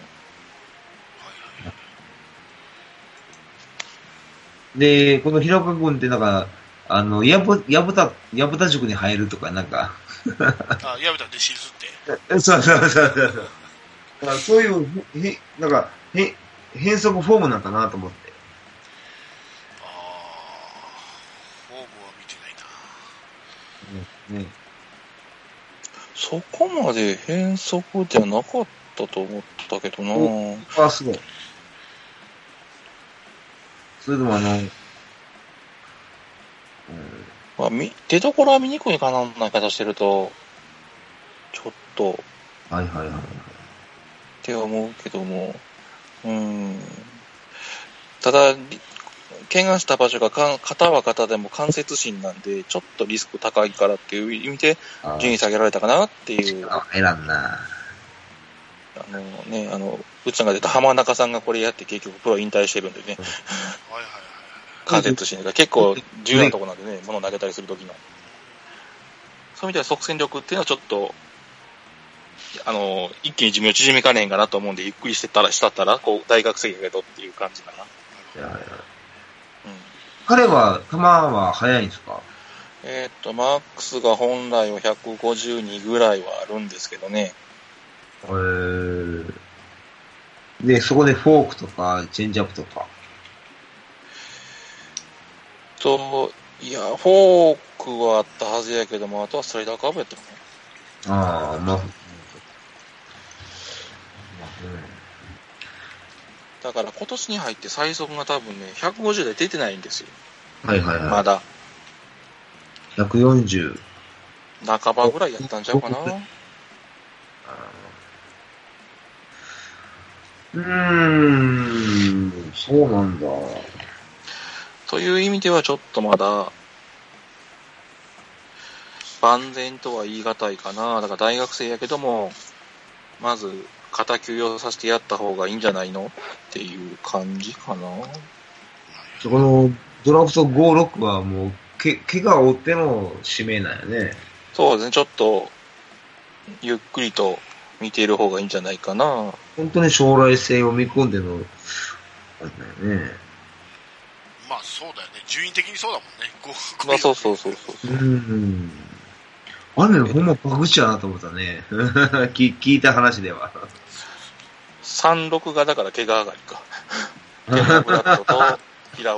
で、この平岡君ってなんか、あの、やぶ、やぶた、やぶた塾に入るとか、なんか、
あ、やめたんで、シリズって。
そうそうそうそう。だからそういう、へ、へなんか、へ、変則フォームなんかなと思って。
あー、フォームは見てないな。
ね。
そこまで変則じゃなかったと思ったけどな
おあ、すごい。それでもあの、うん、
まあ、み出所は見にくいかな、な方してると、ちょっと、っ
はいはいはいはい。
て思うけども、うん。ただ、り怪我した場所がかん肩は肩でも関節心なんで、ちょっとリスク高いからっていう意味で、
あ
順位下げられたかなっていう、あ
あ、選んな。
のね、あの、うちなんか出た浜中さんがこれやって結局プロ引退してるんでね、
はいはいはい。
関節心が結構重要なとこなんでね、物投げたりするときの。そういう意味では即戦力っていうのはちょっと、あの、一気に寿命縮めかねえんかなと思うんで、ゆっくりしてたら、したったら、こう、大学生やけどっていう感じかな。
はいはいはい
うん。
彼は、球は速いんですか
えーっと、マックスが本来は152ぐらいはあるんですけどね。
えー、で、そこでフォークとか、チェンジアップとか。
と、いや、フォークはあったはずやけども、あとはスライダーカーブやったかな。
ああ、まあ、
だから今年に入って最速が多分ね、150台出てないんですよ。
はいはい
ま
は
だ。
い。140。
半ばぐらいやったんちゃうかな。
うーん、そうなんだ。
という意味ではちょっとまだ、万全とは言い難いかな。だから大学生やけども、まず、肩休養させてやった方がいいんじゃないのっていう感じかな。
そこのドラフト5、6はもう、け、怪我を負っての指名なんやね。
そうですね、ちょっと、ゆっくりと見ている方がいいんじゃないかな。
本当に将来性を見込んでの、あれだよね。
まあそうだよね。順位的にそうだもんね。こ
まあそうそうそうそ
う。
う
ん。あれ、ほんまバグちゃうなと思ったね。 聞聞いた話では。
36がだから怪我上がりか。ケンタブラッドと、